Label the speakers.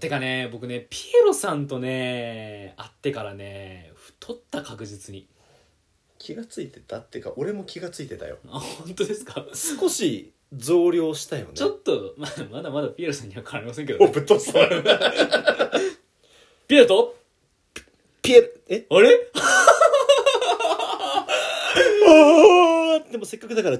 Speaker 1: てかね僕ねピエロさんとね会ってからね太った確実に
Speaker 2: 気がついてたっていうか俺も気がついてたよ
Speaker 1: あ本当ですか
Speaker 2: 少し増量したよね
Speaker 1: ちょっと、まあ、まだまだピエロさんには変わりませんけど、
Speaker 2: お
Speaker 1: ね、
Speaker 2: ぶっ飛ばす
Speaker 1: ピエロと
Speaker 2: ピエロえ
Speaker 1: あれ
Speaker 2: あーでもせっかくだから